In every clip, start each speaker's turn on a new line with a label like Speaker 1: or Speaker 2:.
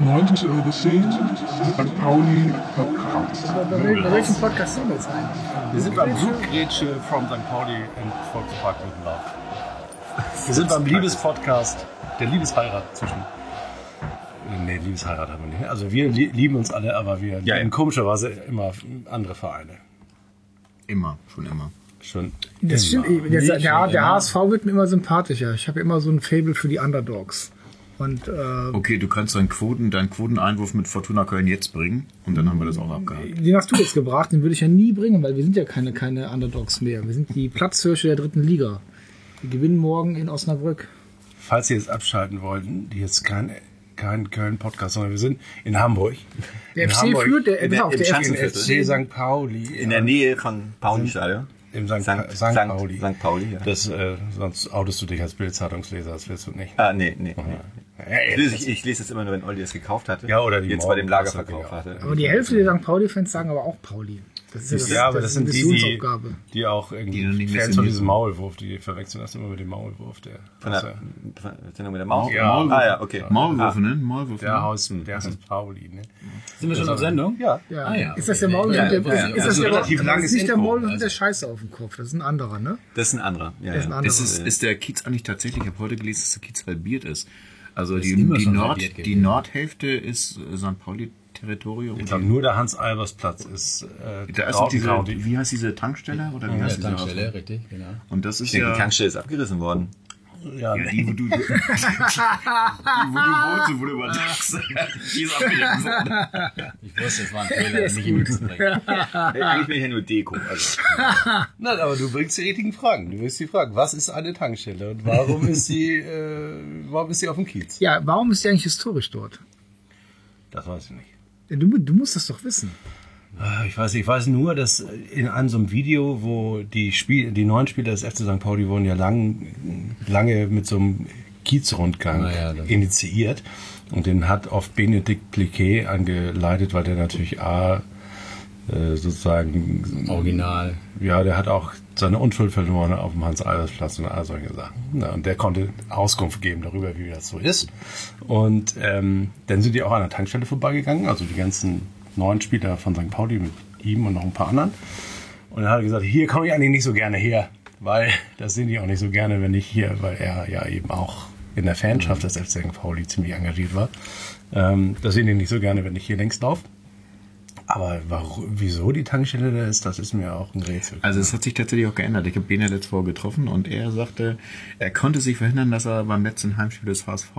Speaker 1: 19 Uhr 10, St. Pauli, Podcast.
Speaker 2: Bei welchem Podcast sind wir jetzt rein?
Speaker 3: Wir sind beim Blutgrätsche from St. Pauli im Volkspark Rüttenlauf. Wir sind beim Liebespodcast, der Liebesheirat zwischen. äh, Nee, Liebesheirat haben wir nicht. Also wir lie- lieben uns alle, aber wir
Speaker 4: Ja, ja.
Speaker 3: lieben komischerweise immer andere Vereine.
Speaker 4: Immer, schon immer.
Speaker 3: Schon.
Speaker 2: Das
Speaker 3: immer.
Speaker 2: stimmt. eh. Der, der,
Speaker 3: Nee, schon
Speaker 2: der,
Speaker 3: immer.
Speaker 2: HSV wird mir immer sympathischer. Ich habe immer so ein Fable für die Underdogs. Und äh,
Speaker 4: Okay, du kannst deinen, Quoten, deinen Quoteneinwurf mit Fortuna Köln jetzt bringen und dann haben wir das auch abgehakt.
Speaker 2: den hast du jetzt gebracht, den würde ich ja nie bringen, weil wir sind ja keine, keine Underdogs mehr. Wir sind die Platzhirsche der dritten Liga. Wir gewinnen morgen in Osnabrück.
Speaker 3: Falls ihr jetzt abschalten wollten, die jetzt kein, kein Köln-Podcast, sondern wir sind in Hamburg.
Speaker 2: Der
Speaker 3: in
Speaker 2: FC
Speaker 3: Hamburg,
Speaker 2: führt, der,
Speaker 5: in
Speaker 2: pass
Speaker 5: der-
Speaker 2: auf,
Speaker 5: im
Speaker 2: der FC
Speaker 3: in FC St. Pauli.
Speaker 5: In der Nähe von Pauli-Stadion.
Speaker 3: Im St.
Speaker 5: Sankt-
Speaker 3: St.
Speaker 5: Sankt-
Speaker 3: Pauli.
Speaker 5: Sankt Pauli, ja.
Speaker 3: Das, äh, sonst outest du dich als Bildzeitungsleser, das willst du nicht.
Speaker 5: Ah, nee, nee. nee. Ich,
Speaker 3: Hey,
Speaker 5: lese, ich lese das immer nur, wenn Olli es gekauft hatte.
Speaker 3: Oh, Ja, oder die
Speaker 5: Jetzt bei
Speaker 3: Morgen-
Speaker 5: dem Lagerverkauf
Speaker 3: Klasse,
Speaker 5: hatte.
Speaker 2: Aber die Hälfte der St. Pauli-Fans sagen aber auch Pauli. Das ist
Speaker 3: ja, aber das sind die, die,
Speaker 2: Missionsaufgabe.
Speaker 3: die auch
Speaker 4: Die noch
Speaker 3: irgendwie
Speaker 4: nicht
Speaker 3: Fans von
Speaker 4: missioniert
Speaker 3: diesem
Speaker 4: sind.
Speaker 3: Maulwurf, die verwechseln das immer mit dem Maulwurf, der,
Speaker 5: Von
Speaker 3: aus
Speaker 5: der,
Speaker 3: der,
Speaker 5: von der Sendung mit der Maus.
Speaker 3: Ja.
Speaker 4: Maulwürfe.
Speaker 5: Ah, ja, okay.
Speaker 4: Maulwürfe, ne? Maulwürfe.
Speaker 3: der
Speaker 4: ne?
Speaker 3: Haus, der Haus Pauli, ne?
Speaker 6: Sind wir schon auf Sendung?
Speaker 5: Ja.
Speaker 2: Ja.
Speaker 6: Ah, ja.
Speaker 2: Ist das der Maulwurf?
Speaker 5: Ja,
Speaker 2: mit der-
Speaker 5: ja, ja.
Speaker 2: Ist das
Speaker 5: Also
Speaker 2: der-
Speaker 4: relativ
Speaker 2: aber das
Speaker 4: langes
Speaker 2: ist nicht der
Speaker 4: Intro,
Speaker 2: Maulwurf mit
Speaker 4: also.
Speaker 2: der Scheiße auf dem Kopf. Das ist ein anderer, ne?
Speaker 5: Das ist ein anderer. Ja,
Speaker 2: Das ist ein
Speaker 5: ja.
Speaker 2: anderer.
Speaker 4: Ist, es, ist der Kiez eigentlich tatsächlich, ich habe heute gelesen, dass der Kiez halbiert ist. Also die,
Speaker 6: immer
Speaker 4: die,
Speaker 6: schon
Speaker 4: Nord,
Speaker 6: halbiert
Speaker 4: die
Speaker 6: gewesen.
Speaker 4: Nordhälfte ist äh, St. Pauli-Territorium.
Speaker 3: Ich glaube, nur der Hans-Albers-Platz ist, äh,
Speaker 4: Da ist auch diese,
Speaker 3: County.
Speaker 4: wie heißt diese Tankstelle? Oder wie
Speaker 6: Ja,
Speaker 4: heißt diese
Speaker 6: Tankstelle, richtig, genau.
Speaker 4: Haus- Und das ist
Speaker 5: Die
Speaker 4: ja
Speaker 5: Tankstelle ist abgerissen worden.
Speaker 3: Ja,
Speaker 4: die, wo du, die, wo du wohnst, und wo du übernachtest. Die ist abgerissen worden.
Speaker 6: Ich wusste, es war ein Fehler, das nicht mitzubringen.
Speaker 5: Nee, Eigentlich bin ich ja nur Deko. Also.
Speaker 3: Nein, aber du bringst die richtigen Fragen. Du willst die Fragen, was ist eine Tankstelle und warum ist sie, äh, warum ist sie auf dem Kiez?
Speaker 2: Ja, warum ist die eigentlich historisch dort?
Speaker 3: Das weiß ich nicht.
Speaker 2: Du, du musst das doch wissen.
Speaker 3: Ah, Ich weiß, nicht, ich weiß nur, dass in einem so einem Video, wo die Spiel, die neuen Spieler des FC St. Pauli wurden ja lang, lange mit so einem Kiezrundgang
Speaker 6: Ah, ja, das-
Speaker 3: initiiert. Und den hat oft Benedikt Pliquet angeleitet, weil der natürlich A, äh, sozusagen,
Speaker 6: Original.
Speaker 3: ja, der hat auch seine Unschuld verloren auf dem Hans-Albers-Platz und all solche Sachen. Na, und der konnte Auskunft geben darüber, wie das so ist. Und ähm, dann sind die auch an der Tankstelle vorbeigegangen, also die ganzen neuen Spieler von St. Pauli mit ihm und noch ein paar anderen. Und dann hat er gesagt, hier komme ich eigentlich nicht so gerne her, weil das sehen die auch nicht so gerne, wenn ich hier, weil er ja eben auch in der Fanschaft des FC St. Pauli ziemlich engagiert war. Ähm, das sehen die nicht so gerne, wenn ich hier längst laufe. Aber warum, wieso die Tankstelle da ist, das ist mir auch ein Rätsel.
Speaker 4: Also es hat sich tatsächlich auch geändert. Ich habe Bene letzte Woche getroffen und er sagte, er konnte sich verhindern, dass er beim letzten Heimspiel des HSV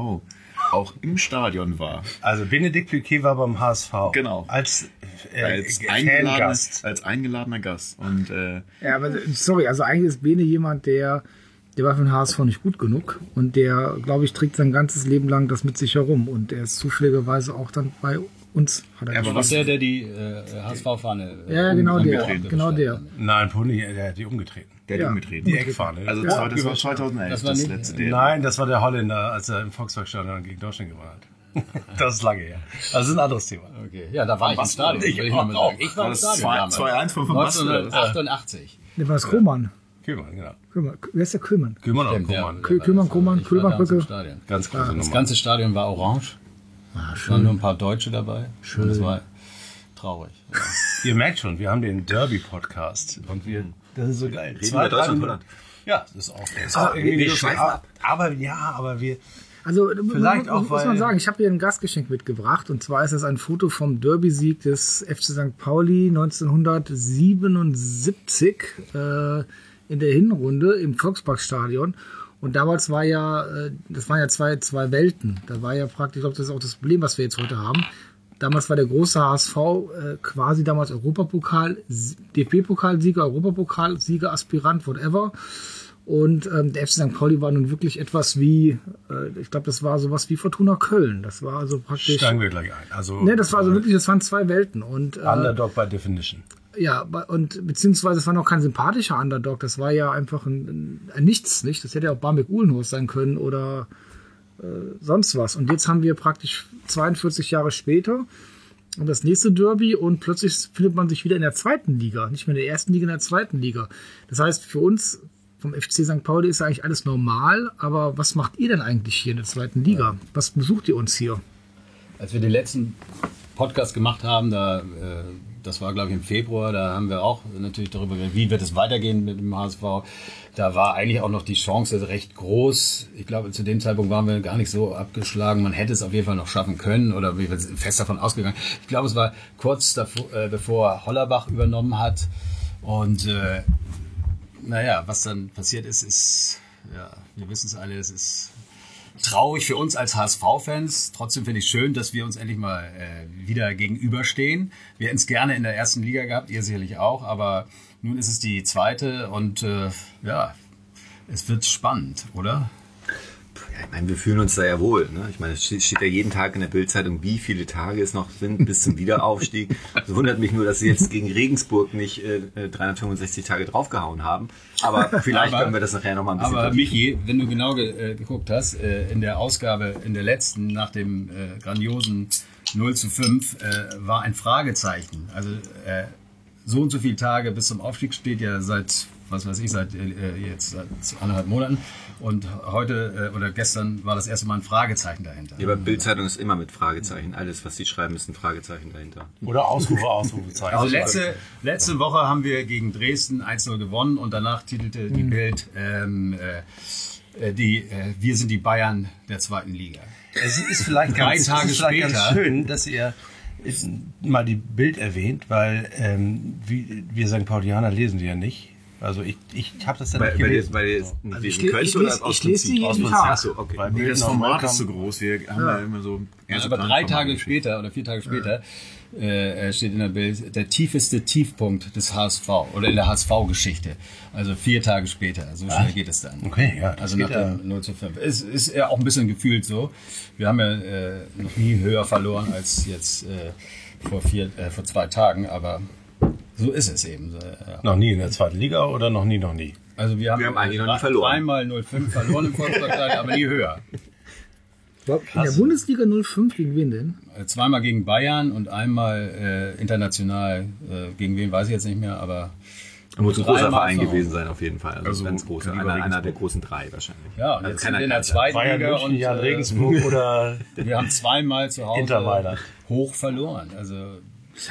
Speaker 4: auch im Stadion war.
Speaker 3: Also Benedikt Lüquet war beim HSV.
Speaker 4: Genau.
Speaker 3: Als, äh,
Speaker 4: Als,
Speaker 3: äh,
Speaker 4: eingeladener,
Speaker 3: Fangast.
Speaker 4: als eingeladener Gast. Und äh,
Speaker 2: Ja, aber sorry, also eigentlich ist Bene jemand, der, der war für den HSV nicht gut genug und der, glaube ich, trägt sein ganzes Leben lang das mit sich herum und er ist zufälligerweise auch dann bei uns. Hat er
Speaker 4: aber
Speaker 2: gespielt.
Speaker 6: Was der, der die äh, HSV-Fahne.
Speaker 2: ja, genau der,
Speaker 4: umgedreht
Speaker 2: genau der.
Speaker 3: Nein, Pony, der hat die umgetreten.
Speaker 4: der
Speaker 2: Ja.
Speaker 4: hat umgetreten.
Speaker 3: Die Eckfahne.
Speaker 4: Also
Speaker 3: Ja.
Speaker 4: zwei- das war 2011, das,
Speaker 6: Das war nicht-
Speaker 4: letzte Derby.
Speaker 3: Nein, das war der Holländer, als er im Volksparkstadion gegen Deutschland gewonnen hat. Das ist lange her. Also Das ist ein anderes Thema.
Speaker 6: Okay. Ja, da war ich im Stadion.
Speaker 3: Ich
Speaker 6: will ich, mal
Speaker 3: auch.
Speaker 6: sagen. ich war
Speaker 4: War
Speaker 6: im
Speaker 4: das
Speaker 6: Stadion.
Speaker 4: zwei-
Speaker 6: damals.
Speaker 4: 2-1 von Van Basten, oder was?
Speaker 6: 1988.
Speaker 2: Der war es Kroman.
Speaker 3: Kümmern, genau.
Speaker 2: Köhlmann. Wer ist der Köhlmann?
Speaker 3: Kümmern auch,
Speaker 6: Stimmt, ja.
Speaker 3: Kümmern.
Speaker 2: Kö- Kühlmann,
Speaker 6: Ich war
Speaker 2: Kuhlmann,
Speaker 6: da im
Speaker 2: Kühlmannbrücke.
Speaker 6: Stadion.
Speaker 3: Ganz große
Speaker 6: Das
Speaker 3: Nummer.
Speaker 6: ganze Stadion war orange.
Speaker 2: Ah,
Speaker 6: Es waren nur ein paar Deutsche dabei. Schön. Das war traurig.
Speaker 3: Ihr merkt schon, wir haben den Derby-Podcast. Und wir, das ist so geil.
Speaker 5: Reden über Deutschland,
Speaker 3: drei-
Speaker 5: Holland.
Speaker 3: Ja, das ist auch. Das ist
Speaker 5: Ah,
Speaker 3: auch irgendwie
Speaker 5: wir
Speaker 3: lustig.
Speaker 5: schweifen
Speaker 3: Aber-
Speaker 5: ab.
Speaker 3: Aber ja, aber wir,
Speaker 2: Also
Speaker 3: Vielleicht
Speaker 2: muss,
Speaker 3: auch,
Speaker 2: muss
Speaker 3: weil-
Speaker 2: man sagen, ich habe hier ein Gastgeschenk mitgebracht und zwar ist das ein Foto vom Derby-Sieg des FC St. Pauli 1977 äh, in der Hinrunde im Volksparkstadion. Und damals war ja, äh, das waren ja zwei, zwei Welten. Da war ja praktisch, ich glaube, das ist auch das Problem, was wir jetzt heute haben. Damals war der große HSV äh, quasi damals Europapokal, S- DFB-Pokalsieger, Europapokalsieger, Aspirant, whatever. Und ähm, der FC St. Pauli war nun wirklich etwas wie, äh, ich glaube, das war sowas wie Fortuna Köln. Das war also praktisch.
Speaker 3: steigen wir gleich ein. Also,
Speaker 2: Ne, das war also wirklich, das waren zwei Welten. Und äh,
Speaker 3: Underdog by Definition.
Speaker 2: ja, be- und beziehungsweise es war noch kein sympathischer Underdog, das war ja einfach ein, ein, ein Nichts, nicht? Das hätte ja auch Barmbek Uhlenhof sein können oder äh, sonst was. Und jetzt haben wir praktisch 42 Jahre später und das nächste Derby und plötzlich findet man sich wieder in der zweiten Liga, nicht mehr in der ersten Liga, in der zweiten Liga. Das heißt, für uns vom FC St. Pauli ist ja eigentlich alles normal, aber was macht ihr denn eigentlich hier in der zweiten Liga? Was besucht ihr uns hier?
Speaker 3: als wir den letzten Podcast gemacht haben, da, äh, das war glaube ich im Februar, da haben wir auch natürlich darüber geredet, wie wird es weitergehen mit dem HSV. Da war eigentlich auch noch die Chance recht groß. Ich glaube, zu dem Zeitpunkt waren wir gar nicht so abgeschlagen. Man hätte es auf jeden Fall noch schaffen können oder wir sind fest davon ausgegangen. Ich glaube, es war kurz davor, äh, bevor Hollerbach übernommen hat. Und äh, naja, was dann passiert ist, ist, ja, wir wissen es alle, es ist traurig für uns als HSV-Fans. Trotzdem finde ich schön, dass wir uns endlich mal äh, wieder gegenüberstehen. Wir hätten es gerne in der ersten Liga gehabt, ihr sicherlich auch, aber nun ist es die zweite und äh, ja, es wird spannend, oder?
Speaker 5: Ja, ich meine, wir fühlen uns da ja wohl. Ne? Ich meine, es ste- steht ja jeden Tag in der Bildzeitung, wie viele Tage es noch sind bis zum Wiederaufstieg. Es wundert mich nur, dass sie jetzt gegen Regensburg nicht äh, äh, 365 Tage draufgehauen haben. Aber vielleicht
Speaker 3: Aber-
Speaker 5: können wir das nachher nochmal ein bisschen
Speaker 3: Aber
Speaker 5: vertiefen.
Speaker 3: Michi, wenn du genau ge äh, geguckt hast, äh, in der Ausgabe, in der letzten, nach dem äh, grandiosen 0 zu 5, äh, war ein Fragezeichen. Also äh, so und so viele Tage bis zum Aufstieg steht ja seit, was weiß ich, seit äh, jetzt seit anderthalb Monaten. Und heute äh, oder gestern war das erste Mal ein Fragezeichen dahinter.
Speaker 5: Ja, aber Bildzeitung ist immer mit Fragezeichen. Alles, was sie schreiben, ist ein Fragezeichen dahinter.
Speaker 6: Oder Ausrufe, Ausrufezeichen.
Speaker 3: Also letzte, letzte Woche haben wir gegen Dresden 1-0 gewonnen und danach titelte
Speaker 2: Mhm.
Speaker 3: die Bild, ähm, äh, äh, die, äh, wir sind die Bayern der zweiten Liga.
Speaker 6: Es ist vielleicht
Speaker 3: Drei
Speaker 6: ganz,
Speaker 3: Tage
Speaker 6: es ist vielleicht ganz
Speaker 3: später.
Speaker 6: schön, dass ihr ist, mal die Bild erwähnt, weil ähm, wie, wir St. Paulianer lesen die ja nicht. Also ich, ich habe das dann
Speaker 5: Weil,
Speaker 6: nicht
Speaker 5: weil, ihr-
Speaker 6: gelesen.
Speaker 5: weil ihr es
Speaker 3: also
Speaker 5: nicht
Speaker 2: ich
Speaker 5: lesen
Speaker 2: le-
Speaker 5: könnt
Speaker 2: ich
Speaker 5: oder
Speaker 2: lese-
Speaker 5: aus
Speaker 2: ich lese die
Speaker 5: Prinzip? Aus
Speaker 2: jeden
Speaker 5: Prinzip.
Speaker 2: Tag.
Speaker 5: Achso, okay.
Speaker 7: Weil das
Speaker 6: noch
Speaker 7: Format
Speaker 6: mal
Speaker 7: ist so groß. Wir haben ja, immer so.
Speaker 3: Ja, aber drei Tage später oder vier Tage später äh, äh, steht in der Bild der tiefeste Tiefpunkt des HSV oder in der HSV-Geschichte. Also vier Tage später, so schnell geht es dann.
Speaker 6: Ah. Okay, ja, das
Speaker 3: Also
Speaker 6: geht
Speaker 3: nach dem 0 zu 5. Es ist ja auch ein bisschen gefühlt so. Wir haben ja äh, noch nie höher verloren als jetzt äh, vor, vier, äh, vor zwei Tagen, aber so ist es eben. Äh, ja.
Speaker 6: noch nie in der zweiten Liga oder noch nie, noch nie.
Speaker 3: Also wir haben,
Speaker 5: Wir haben eigentlich noch nie
Speaker 3: drei-
Speaker 5: verloren.
Speaker 3: Dreimal 05 verloren im Volkspark, aber nie höher.
Speaker 2: In der Bundesliga 05 gegen wen denn?
Speaker 3: Äh, Zweimal gegen Bayern und einmal äh, international. Äh, gegen wen weiß ich jetzt nicht mehr, aber
Speaker 5: Da muss ein großer
Speaker 3: Dreimal
Speaker 5: Verein
Speaker 3: verloren.
Speaker 5: gewesen sein, auf jeden Fall. Also, ein ganz großer. Einer, einer der großen drei wahrscheinlich.
Speaker 3: ja, und
Speaker 5: Also
Speaker 3: jetzt sind
Speaker 5: keiner
Speaker 3: wir in der
Speaker 5: kleiner.
Speaker 3: zweiten
Speaker 6: Bayern
Speaker 3: Liga
Speaker 6: München,
Speaker 3: und
Speaker 6: Jan
Speaker 3: äh,
Speaker 6: Regensburg oder
Speaker 3: wir haben zweimal zu Hause
Speaker 6: Inter Mailand.
Speaker 3: hoch verloren. Also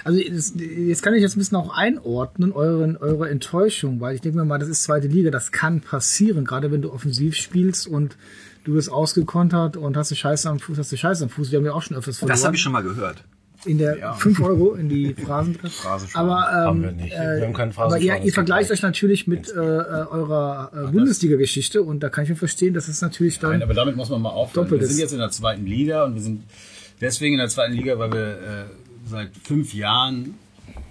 Speaker 2: Also das, jetzt kann ich das ein bisschen auch einordnen, euren, eure Enttäuschung, weil ich denke mir mal, das ist zweite Liga, das kann passieren, gerade wenn du offensiv spielst und du bist ausgekontert und hast die Scheiße am Fuß, hast die Scheiße am Fuß. Wir haben ja auch schon öfters verloren.
Speaker 5: Das habe ich schon mal gehört.
Speaker 2: in der 5 Euro in die Phrasen drin. aber ähm,
Speaker 6: Haben wir nicht. Wir haben keinen Phrasenschwein,
Speaker 2: aber ihr,
Speaker 6: das
Speaker 2: ihr
Speaker 6: geht
Speaker 2: vergleicht
Speaker 6: gleich.
Speaker 2: euch natürlich mit äh, äh, eurer äh, Bundesliga-Geschichte und da kann ich schon verstehen, dass es natürlich dann
Speaker 3: Nein, aber damit muss man mal aufhören.
Speaker 2: Doppeltes.
Speaker 3: Wir sind jetzt in der zweiten Liga und wir sind deswegen in der zweiten Liga, weil wir äh, seit fünf Jahren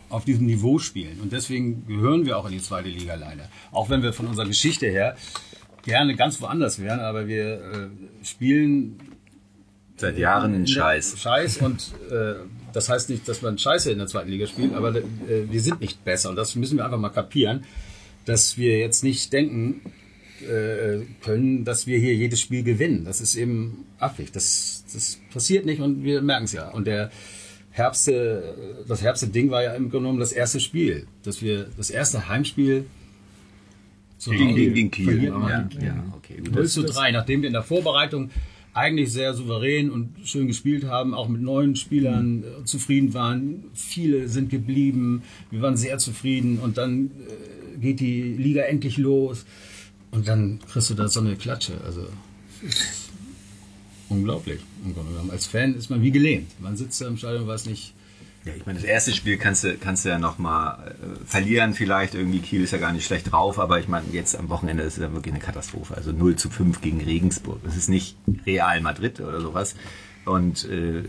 Speaker 3: auf diesem Niveau spielen. Und deswegen gehören wir auch in die zweite Liga leider. Auch wenn wir von unserer Geschichte her gerne ganz woanders wären, aber wir äh, spielen
Speaker 5: Seit Jahren den
Speaker 3: in der-
Speaker 5: Scheiß.
Speaker 3: Scheiß und äh, das heißt nicht, dass man Scheiße in der zweiten Liga spielt, aber äh, wir sind nicht besser und das müssen wir einfach mal kapieren, dass wir jetzt nicht denken äh, können, dass wir hier jedes Spiel gewinnen. Das ist eben affig. Das, das passiert nicht und wir merken es ja. Und der Herbste, das Herbste Ding war ja im Grunde genommen das erste Spiel, dass wir das erste Heimspiel zu
Speaker 5: Gegen,
Speaker 3: Hause
Speaker 5: gegen, gegen Kiel.
Speaker 3: verlieren.
Speaker 5: Ja, ja, okay. Gut,
Speaker 3: 0 zu 3, nachdem wir in der Vorbereitung eigentlich sehr souverän und schön gespielt haben, auch mit neuen Spielern äh, zufrieden waren. Viele sind geblieben, wir waren sehr zufrieden und dann äh, geht die Liga endlich los und dann kriegst du da so eine Klatsche. Also es ist unglaublich. im Grunde genommen. Als Fan ist man wie gelähmt. Man sitzt da im Stadion und weiß nicht,
Speaker 5: Ja, ich meine, das erste Spiel kannst du, kannst du ja nochmal äh, verlieren vielleicht. Irgendwie Kiel ist ja gar nicht schlecht drauf, aber ich meine, jetzt am Wochenende ist es ja wirklich eine Katastrophe. Also 0 zu 5 gegen Regensburg. Das ist nicht Real Madrid oder sowas. Und äh, äh,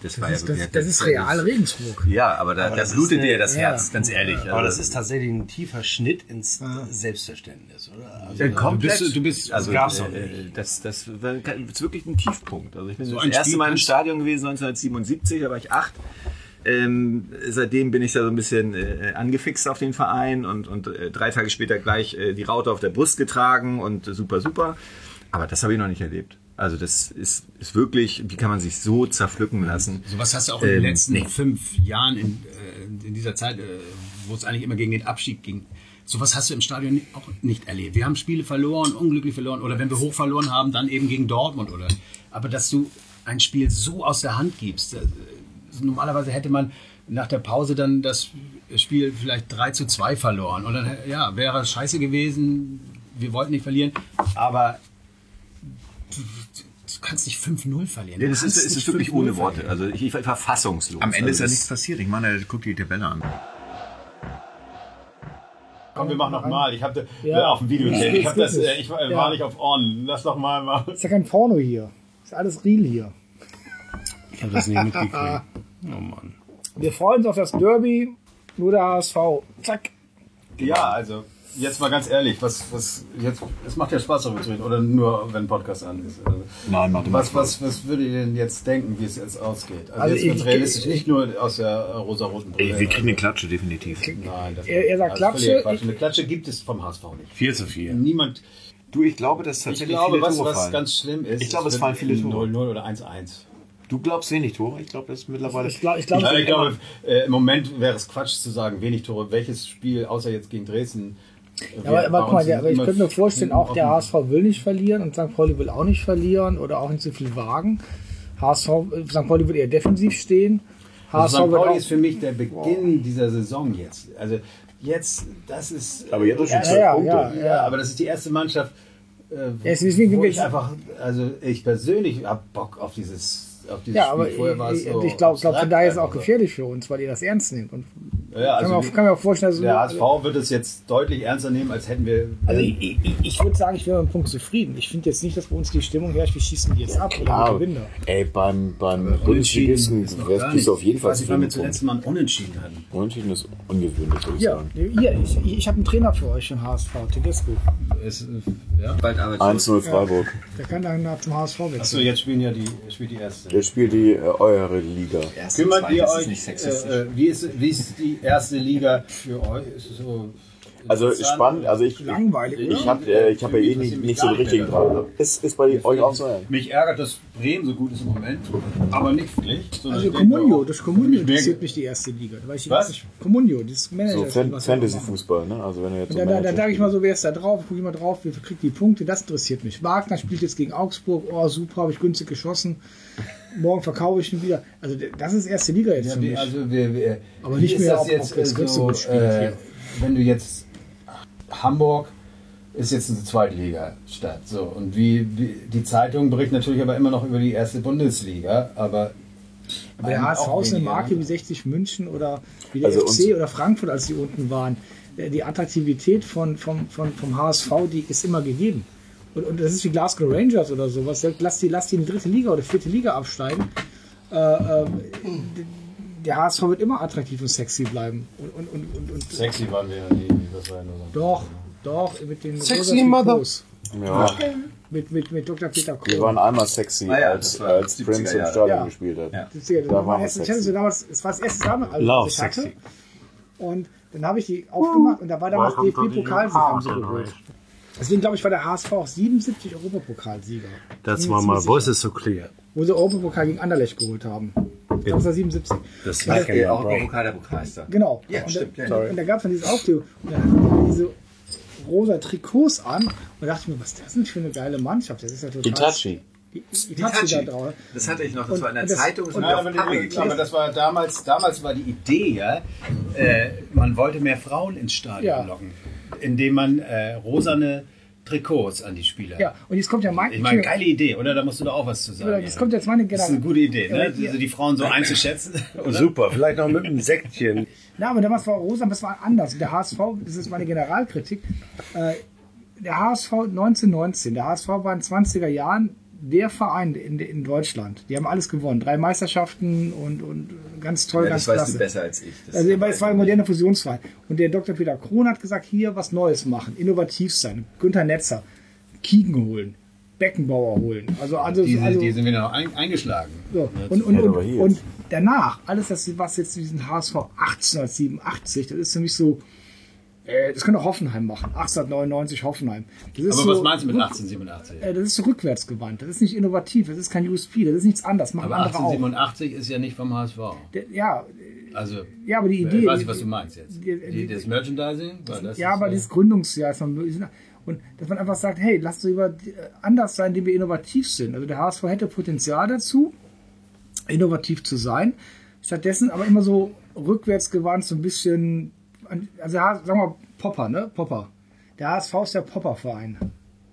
Speaker 5: das, war
Speaker 2: das,
Speaker 5: ja
Speaker 2: das,
Speaker 5: wirklich...
Speaker 2: das ist real Regensburg.
Speaker 5: Ja, aber da, da
Speaker 6: das
Speaker 5: blutet
Speaker 6: ist eine-
Speaker 5: dir das
Speaker 2: ja.
Speaker 5: Herz, ganz ehrlich. Also
Speaker 6: Aber das ist tatsächlich ein tiefer Schnitt ins
Speaker 2: Ah.
Speaker 6: Selbstverständnis, oder? Also,
Speaker 5: komplett.
Speaker 3: bist- du bist-
Speaker 5: also,
Speaker 6: das gab's
Speaker 5: äh,
Speaker 6: doch nicht.
Speaker 5: äh, das, das war- ist wirklich ein Tiefpunkt. Also ich bin das
Speaker 3: ein
Speaker 5: erste
Speaker 3: Spiel
Speaker 5: Mal im
Speaker 3: kannst-
Speaker 5: Stadion gewesen 1977, da war ich acht. Ähm, seitdem bin ich da so ein bisschen äh, angefixt auf den Verein und, und äh, drei Tage später gleich äh, die Raute auf der Brust getragen und äh, super, super. Aber das habe ich noch nicht erlebt. Also das ist, ist wirklich, wie kann man sich so zerpflücken lassen?
Speaker 3: Sowas hast du auch in den
Speaker 5: Ähm,
Speaker 3: letzten
Speaker 5: nee.
Speaker 3: fünf Jahren, in, äh, in dieser Zeit, äh, wo es eigentlich immer gegen den Abstieg ging, sowas hast du im Stadion ni- auch nicht erlebt. Wir haben Spiele verloren, unglücklich verloren oder wenn wir hoch verloren haben, dann eben gegen Dortmund oder. Aber dass du ein Spiel so aus der Hand gibst. Äh, Normalerweise hätte man nach der Pause dann das Spiel vielleicht 3 zu 2 verloren. Und dann ja, wäre scheiße gewesen. Wir wollten nicht verlieren. Aber du, du kannst nicht 5-0 verlieren. Du
Speaker 5: Das ist,
Speaker 3: kannst
Speaker 5: es ist
Speaker 3: nicht
Speaker 5: wirklich
Speaker 3: 5-0
Speaker 5: ohne
Speaker 3: verlieren.
Speaker 5: Worte. Also ich, ich war verfassungslos.
Speaker 7: Am Ende ist ja
Speaker 5: also das-
Speaker 7: nichts passiert. Ich meine, guck dir die Tabelle an.
Speaker 3: Komm, wir machen nochmal. Ich also habe
Speaker 2: Ja.
Speaker 3: auf dem Video.
Speaker 2: Ja,
Speaker 3: Ich, hab das,
Speaker 2: wirklich.
Speaker 3: äh, ich war
Speaker 2: Ja.
Speaker 3: nicht auf On. Lass doch mal mal.
Speaker 2: Ist ja kein Porno hier. Ist alles real hier.
Speaker 6: Ich habe das nicht mitgekriegt. Oh Mann.
Speaker 2: Wir freuen uns auf das Derby, nur der HSV. Zack.
Speaker 3: Ja, also jetzt mal ganz ehrlich, was, was jetzt, es macht ja Spaß darüber zu reden, oder nur wenn Podcast an ist. Also,
Speaker 7: Nein, macht immer
Speaker 3: was, was, was würdet ihr denn jetzt denken, wie es jetzt ausgeht? Also,
Speaker 2: Also
Speaker 3: jetzt wird's
Speaker 2: ich-
Speaker 3: realistisch, nicht nur aus der äh, rosa-roten
Speaker 7: Ey, wir
Speaker 3: Brille.
Speaker 7: kriegen eine Klatsche, definitiv.
Speaker 3: Nein, das
Speaker 2: Er- er sagt
Speaker 3: das ist völliger
Speaker 2: Klatsche,
Speaker 3: Quatsch.
Speaker 2: ich-
Speaker 3: Eine Klatsche gibt es vom HSV nicht.
Speaker 6: 4 zu 4.
Speaker 3: Niemand,
Speaker 7: Du, ich glaube, dass
Speaker 3: ich
Speaker 7: tatsächlich
Speaker 3: glaube,
Speaker 7: viele
Speaker 3: was,
Speaker 7: Tore
Speaker 3: was
Speaker 7: fallen.
Speaker 3: ganz schlimm ist,
Speaker 7: Ich glaube, es
Speaker 3: wenn
Speaker 7: fallen viele Tore.
Speaker 3: 0-0 oder 1-1.
Speaker 7: Du glaubst wenig Tore. Ich glaube, das ist mittlerweile...
Speaker 2: Ich glaube, ich glaub,
Speaker 3: Also ich glaube, äh, im Moment wäre es Quatsch zu sagen, wenig Tore. Welches Spiel, außer jetzt gegen Dresden? äh,
Speaker 2: Ja, aber,
Speaker 3: wir-
Speaker 2: aber
Speaker 3: bei
Speaker 2: guck mal,
Speaker 3: uns
Speaker 2: ja,
Speaker 3: sind
Speaker 2: aber ich
Speaker 3: immer
Speaker 2: könnte mir vorstellen, auch
Speaker 3: hinten
Speaker 2: der
Speaker 3: offen.
Speaker 2: HSV will nicht verlieren und St. Pauli will auch nicht verlieren oder auch nicht so viel wagen. HSV, äh, St. Pauli wird eher defensiv stehen. HSV
Speaker 3: Also St.
Speaker 2: wird
Speaker 3: Pauli
Speaker 2: auch,
Speaker 3: ist für mich der Beginn dieser Saison jetzt. Also jetzt, das ist.
Speaker 7: Aber ihr habt doch schon
Speaker 3: Ja,
Speaker 7: zwölf
Speaker 3: ja,
Speaker 7: Punkte.
Speaker 3: Ja, ja, aber das ist die erste Mannschaft. Äh,
Speaker 2: es ist nicht
Speaker 3: wo
Speaker 2: wirklich-
Speaker 3: ich einfach, also ich persönlich hab Bock auf dieses, auf dieses
Speaker 2: ja,
Speaker 3: Spiel.
Speaker 2: aber
Speaker 3: Vorher war es
Speaker 2: ich,
Speaker 3: so
Speaker 2: ich glaube, glaub, von
Speaker 3: abstrakt
Speaker 2: daher ist es auch
Speaker 3: einfach.
Speaker 2: gefährlich für uns, weil ihr das ernst nehmt. Und
Speaker 3: Ja,
Speaker 2: kann,
Speaker 3: also
Speaker 2: man, kann man auch vorstellen, dass
Speaker 3: der HSV wird es jetzt deutlich ernster nehmen, als hätten wir.
Speaker 2: Also ich, ich, ich würde sagen, ich wäre mit dem Punkt zufrieden. Ich finde jetzt nicht, dass bei uns die Stimmung herrscht, wir schießen die jetzt ab oder wir gewinnen. da.
Speaker 4: Ey, beim, beim
Speaker 3: Äh, Unentschieden
Speaker 4: Bundesligisten
Speaker 3: ist noch
Speaker 4: wärst-
Speaker 3: gar
Speaker 4: bist du auf jeden
Speaker 3: nicht.
Speaker 4: Fall
Speaker 3: Ich weiß nicht, wann wir
Speaker 4: zufrieden.
Speaker 3: zuletzt mal einen unentschieden hatten.
Speaker 4: Unentschieden ist ungewöhnlich, würde ich
Speaker 2: Ja,
Speaker 4: sagen.
Speaker 2: hier, ich, ich habe einen Trainer für euch im HSV, Tedesco.
Speaker 3: Es, ja.
Speaker 4: 1-0 Freiburg.
Speaker 2: Der kann dann nach zum HSV
Speaker 4: Also
Speaker 3: Achso,
Speaker 2: wechseln.
Speaker 3: jetzt spielen ja die, spielt die erste.
Speaker 4: Jetzt spielt die äh, eure Liga.
Speaker 3: Kümmert ihr
Speaker 7: Zweites ist
Speaker 3: euch,
Speaker 7: nicht sexistisch.
Speaker 3: äh, äh, wie, ist, wie ist die erste Liga für euch? Ist es so
Speaker 4: Also
Speaker 3: interessant?
Speaker 4: spannend, also ich,
Speaker 2: Langweilig, oder?
Speaker 4: ich habe äh, ich hab ja eh nicht, nicht so den richtigen Draht. Ist, ist bei euch auch so? ja?
Speaker 3: Mich ärgert, dass Bremen so gut ist im Moment, aber nicht wirklich. sondern
Speaker 2: Also
Speaker 3: ich denke
Speaker 2: Comunio,
Speaker 3: auch-
Speaker 2: das Comunio
Speaker 3: ich merke-
Speaker 2: interessiert mich die erste Liga. Weil ich
Speaker 3: Was?
Speaker 2: Weiß, Comunio, dieses
Speaker 4: So
Speaker 2: Manager.
Speaker 4: Fan- Fantasy-Fußball, ne? Also wenn du jetzt
Speaker 2: Da,
Speaker 4: so
Speaker 2: da, da
Speaker 4: Manager
Speaker 2: sage ich mal
Speaker 4: spielst.
Speaker 2: so, wer ist da drauf? Guck ich mal drauf, wie kriegt die Punkte? Das interessiert mich. Wagner spielt jetzt gegen Augsburg. Oh, super, habe ich günstig geschossen. Morgen verkaufe ich ihn wieder. Also, das ist erste Liga jetzt
Speaker 3: Ja,
Speaker 2: für
Speaker 3: wie-
Speaker 2: mich.
Speaker 3: also wir, wir,
Speaker 2: Aber
Speaker 3: wie
Speaker 2: nicht
Speaker 3: ist
Speaker 2: mehr
Speaker 3: das
Speaker 2: auf-
Speaker 3: jetzt
Speaker 2: auf das
Speaker 3: äh, so,
Speaker 2: Christoph spielt
Speaker 3: äh,
Speaker 2: hier.
Speaker 3: wenn du jetzt Hamburg ist jetzt eine Zweitligastadt so und wie, wie die Zeitung berichtet natürlich aber immer noch über die erste Bundesliga, aber
Speaker 2: Aber der
Speaker 3: eigentlich auch
Speaker 2: HSV ist eine
Speaker 3: weniger,
Speaker 2: Marke
Speaker 3: ne?
Speaker 2: wie 60 München oder wie der
Speaker 4: Also
Speaker 2: FC
Speaker 4: uns-
Speaker 2: oder Frankfurt, als die unten waren. Äh, Die Attraktivität von, vom, von, vom HSV, die ist immer gegeben. Und, und das ist wie Glasgow Rangers oder sowas. Lass die, lass die in die dritte Liga oder vierte Liga absteigen. Äh, äh, d- der HSV wird immer attraktiv und sexy bleiben. Und, und, und, und, und
Speaker 3: Sexy waren wir ja nie, das war ja nur so.
Speaker 2: doch, doch, mit den
Speaker 6: Sexy
Speaker 2: rosa
Speaker 6: Mother.
Speaker 2: Trikots.
Speaker 4: Ja,
Speaker 2: Mit, mit, mit Dr. Peter Kohl.
Speaker 4: wir waren einmal sexy,
Speaker 5: Ah ja,
Speaker 4: als,
Speaker 5: das war
Speaker 4: als
Speaker 5: 70er
Speaker 4: Prince im
Speaker 5: Jahre.
Speaker 4: Stadion
Speaker 2: Ja.
Speaker 4: gespielt hat.
Speaker 2: Das hier, das war
Speaker 4: Da waren
Speaker 2: mein
Speaker 4: wir
Speaker 2: erstes, ich
Speaker 4: sexy.
Speaker 2: hatte so damals, es war das erste Zusammenalbum,
Speaker 6: Love
Speaker 2: das ich hatte.
Speaker 6: sexy.
Speaker 2: Und dann habe ich die aufgemacht und da war damals DFB-Pokalsieger haben sie geholt. Deswegen glaube ich, war der HSV auch 77 Europapokalsieger,
Speaker 6: Das
Speaker 2: war mal
Speaker 6: Voices so clear.
Speaker 2: wo sie Europapokal gegen Anderlecht geholt haben. Ich glaube, es war 77.
Speaker 6: Das
Speaker 2: Ja,
Speaker 6: ist
Speaker 2: ja,
Speaker 6: ja auch
Speaker 5: der Pokalmeister.
Speaker 2: Genau.
Speaker 5: Ja,
Speaker 2: und,
Speaker 5: stimmt,
Speaker 2: da,
Speaker 5: ja,
Speaker 2: und, da gab es dann dieses Aufklärung. Und dann hatten die diese rosa Trikots an und dachte ich mir, was ist das denn für eine geile Mannschaft? Das ist ja total.
Speaker 4: Hitachi.
Speaker 2: I- Hitachi da drauf.
Speaker 5: Das hatte ich noch, das
Speaker 2: Und-
Speaker 5: war in der
Speaker 2: und das-
Speaker 5: Zeitung, das
Speaker 2: und-
Speaker 5: haben wir
Speaker 3: aber,
Speaker 5: auf Pappe
Speaker 3: die, aber
Speaker 5: geklebt.
Speaker 3: das war damals, damals war die Idee, ja, äh, man wollte mehr Frauen ins Stadion
Speaker 2: Ja.
Speaker 3: locken, indem man äh, rosane Trikots an die Spieler.
Speaker 2: Ja, und jetzt kommt ja mein.
Speaker 3: Ich meine, geile Idee, oder? Da musst du doch auch was zu sagen.
Speaker 2: Jetzt kommt jetzt meine
Speaker 3: Das ist eine
Speaker 2: Generation.
Speaker 3: gute Idee,
Speaker 2: Ja,
Speaker 3: ne?
Speaker 2: die-
Speaker 3: Also die Frauen so einzuschätzen. oder?
Speaker 6: super. Vielleicht noch mit einem Sektchen.
Speaker 2: Na, aber damals war Rosa, das war anders. Und der HSV, das ist meine Generalkritik, äh, der HSV 1919, der HSV war in 20er Jahren der Verein in, in Deutschland. Die haben alles gewonnen. Drei Meisterschaften und, und ganz toll,
Speaker 5: Ja,
Speaker 2: ganz
Speaker 5: das weißt
Speaker 2: klasse.
Speaker 5: du besser als ich. Das
Speaker 2: Also, es war ein moderner Fusionsverein. Und der Dr. Peter Krohn hat gesagt, hier was Neues machen, innovativ sein. Günther Netzer, Kiegen holen, Beckenbauer holen. Also, also,
Speaker 3: Die,
Speaker 2: also
Speaker 3: die sind wieder noch ein, eingeschlagen.
Speaker 2: so. Und, und,
Speaker 3: halt
Speaker 4: Ja,
Speaker 2: und,
Speaker 4: aber hier
Speaker 2: und
Speaker 4: jetzt.
Speaker 2: danach, alles das, was jetzt diesen HSV 1887, das ist für mich so, äh, das kann doch Hoffenheim machen, 1899 Hoffenheim. Das ist
Speaker 3: Aber
Speaker 2: so,
Speaker 3: was meinst du mit 1887?
Speaker 2: Äh, das ist so rückwärts gewandt, das ist nicht innovativ, das ist kein USP, das ist nichts anderes, machen
Speaker 3: Aber
Speaker 2: andere auch.
Speaker 3: 1887 ist ja nicht vom HSV.
Speaker 2: Der- Ja,
Speaker 3: Also,
Speaker 2: ja, aber die Idee.
Speaker 3: ich weiß nicht, was du meinst jetzt.
Speaker 2: die- die-
Speaker 3: Die, das Merchandising? Weil das
Speaker 2: ja,
Speaker 3: ist,
Speaker 2: aber
Speaker 3: äh,
Speaker 2: dieses Gründungsjahr ist noch ein bisschen- Und dass man einfach sagt, hey, lass uns lieber äh, anders sein, indem wir innovativ sind. Also der HSV hätte Potenzial dazu, innovativ zu sein. Stattdessen aber immer so rückwärts gewandt, so ein bisschen, also sagen wir mal, Popper, ne? Popper. Der HSV ist der Popper-Verein.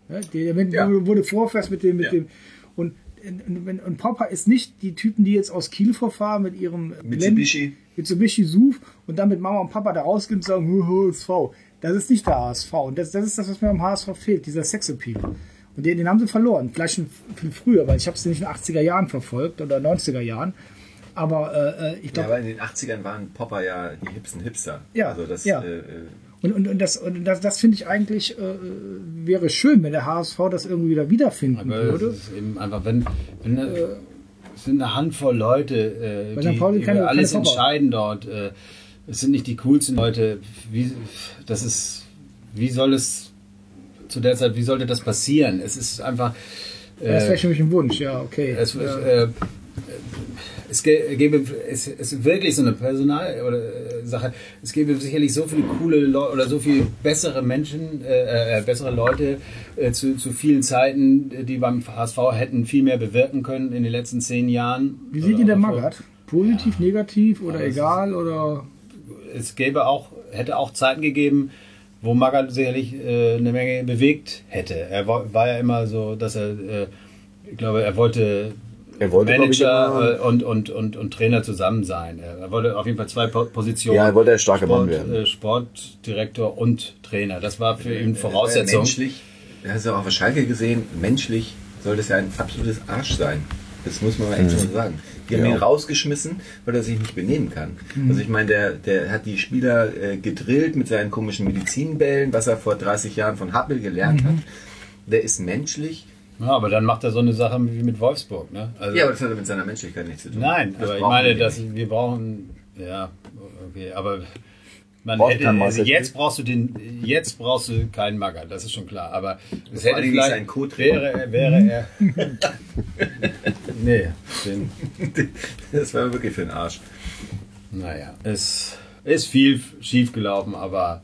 Speaker 2: Ne? Der, der
Speaker 5: Ja.
Speaker 2: wurde vorfährst mit dem, mit
Speaker 5: Ja.
Speaker 2: dem. Und, und, und Popper ist nicht die Typen, die jetzt aus Kiel vorfahren mit ihrem
Speaker 5: Mitsubishi.
Speaker 2: Blend- Mitsubishi Suf und dann mit Mama und Papa da rausgehen und sagen, "Hu, hu, HSV. Das ist nicht der HSV. Und das, das ist das, was mir am HSV fehlt, dieser Sexappeal. Und den, den haben sie verloren. Vielleicht schon viel früher, weil ich habe es nicht in den 80er Jahren verfolgt oder 90er Jahren. Aber äh, äh, ich
Speaker 5: Ja,
Speaker 2: glaube,
Speaker 5: aber in den 80ern waren Popper ja die hipsten Hipster.
Speaker 2: Ja,
Speaker 5: Also das,
Speaker 2: ja.
Speaker 5: äh, äh,
Speaker 2: Und, und, und das, und das, das finde ich eigentlich, äh, wäre schön, wenn der HSV das irgendwie wieder wiederfinden
Speaker 3: Aber
Speaker 2: würde.
Speaker 3: es ist eben einfach, wenn, wenn äh, es sind eine Handvoll Leute, äh,
Speaker 2: Bei
Speaker 3: die
Speaker 2: St. Pauli
Speaker 3: über
Speaker 2: keine- keine
Speaker 3: alles
Speaker 2: Popper.
Speaker 3: entscheiden dort. Äh, es sind nicht die coolsten Leute. Wie, das ist, wie soll es zu der Zeit, wie sollte das passieren? Es ist einfach.
Speaker 2: das
Speaker 3: äh,
Speaker 2: wäre für mich ein Wunsch, ja, okay.
Speaker 3: es,
Speaker 2: ja.
Speaker 3: äh, es gä- gäbe es ist wirklich so eine Personal oder äh, Sache. Es gäbe sicherlich so viele coole Leute oder so viele bessere Menschen, äh, äh, bessere Leute äh, zu, zu vielen Zeiten, äh, die beim HSV hätten viel mehr bewirken können in den letzten zehn Jahren.
Speaker 2: Wie sieht ihr
Speaker 3: Oder
Speaker 2: der
Speaker 3: auch
Speaker 2: Magath? Positiv, negativ oder egal oder
Speaker 3: vor- Es gäbe auch hätte auch Zeiten gegeben, wo Magath sicherlich äh, eine Menge bewegt hätte. Er war, war ja immer so, dass er, äh, ich glaube, er wollte
Speaker 4: Er wollte, glaub ich, immer-
Speaker 3: Manager äh, und, und, und, und Trainer zusammen sein. Er wollte auf jeden Fall zwei Po- Positionen.
Speaker 4: Ja, er wollte der starke
Speaker 3: Sport,
Speaker 4: Mann werden.
Speaker 3: äh, Sportdirektor und Trainer. Das war für ihn
Speaker 5: er war ja
Speaker 3: Voraussetzung.
Speaker 5: Menschlich, das hast du auch auf der Schalke gesehen, menschlich soll das ja ein absolutes Arsch sein. Das muss man mal echt so sagen. Die haben
Speaker 4: Ja.
Speaker 5: ihn rausgeschmissen, weil er sich nicht benehmen kann.
Speaker 3: Mhm.
Speaker 5: Also ich meine, der, der hat die Spieler äh, gedrillt mit seinen komischen Medizinbällen, was er vor 30 Jahren von Happel gelernt
Speaker 3: Mhm.
Speaker 5: hat. Der ist menschlich.
Speaker 3: Ja, aber dann macht er so eine Sache wie mit Wolfsburg. Ne? Also,
Speaker 5: Ja, aber das hat mit seiner Menschlichkeit nichts zu tun.
Speaker 3: nein,
Speaker 5: Das
Speaker 3: aber ich
Speaker 5: brauchen
Speaker 3: meine,
Speaker 5: wir
Speaker 3: dass
Speaker 5: nicht.
Speaker 3: wir brauchen, ja, okay, aber man
Speaker 4: Braucht
Speaker 3: hätte,
Speaker 4: keinen
Speaker 3: also
Speaker 4: Meistertitel.
Speaker 3: jetzt brauchst du den, jetzt brauchst du keinen Magger, das ist schon klar. Aber es
Speaker 5: Vor
Speaker 3: hätte
Speaker 5: allen Dingen
Speaker 3: vielleicht
Speaker 5: ist er ein Co-Trainer.
Speaker 3: wäre, er- wäre er. nee, den,
Speaker 5: Das war wirklich für den Arsch.
Speaker 3: naja, es ist viel schief gelaufen, aber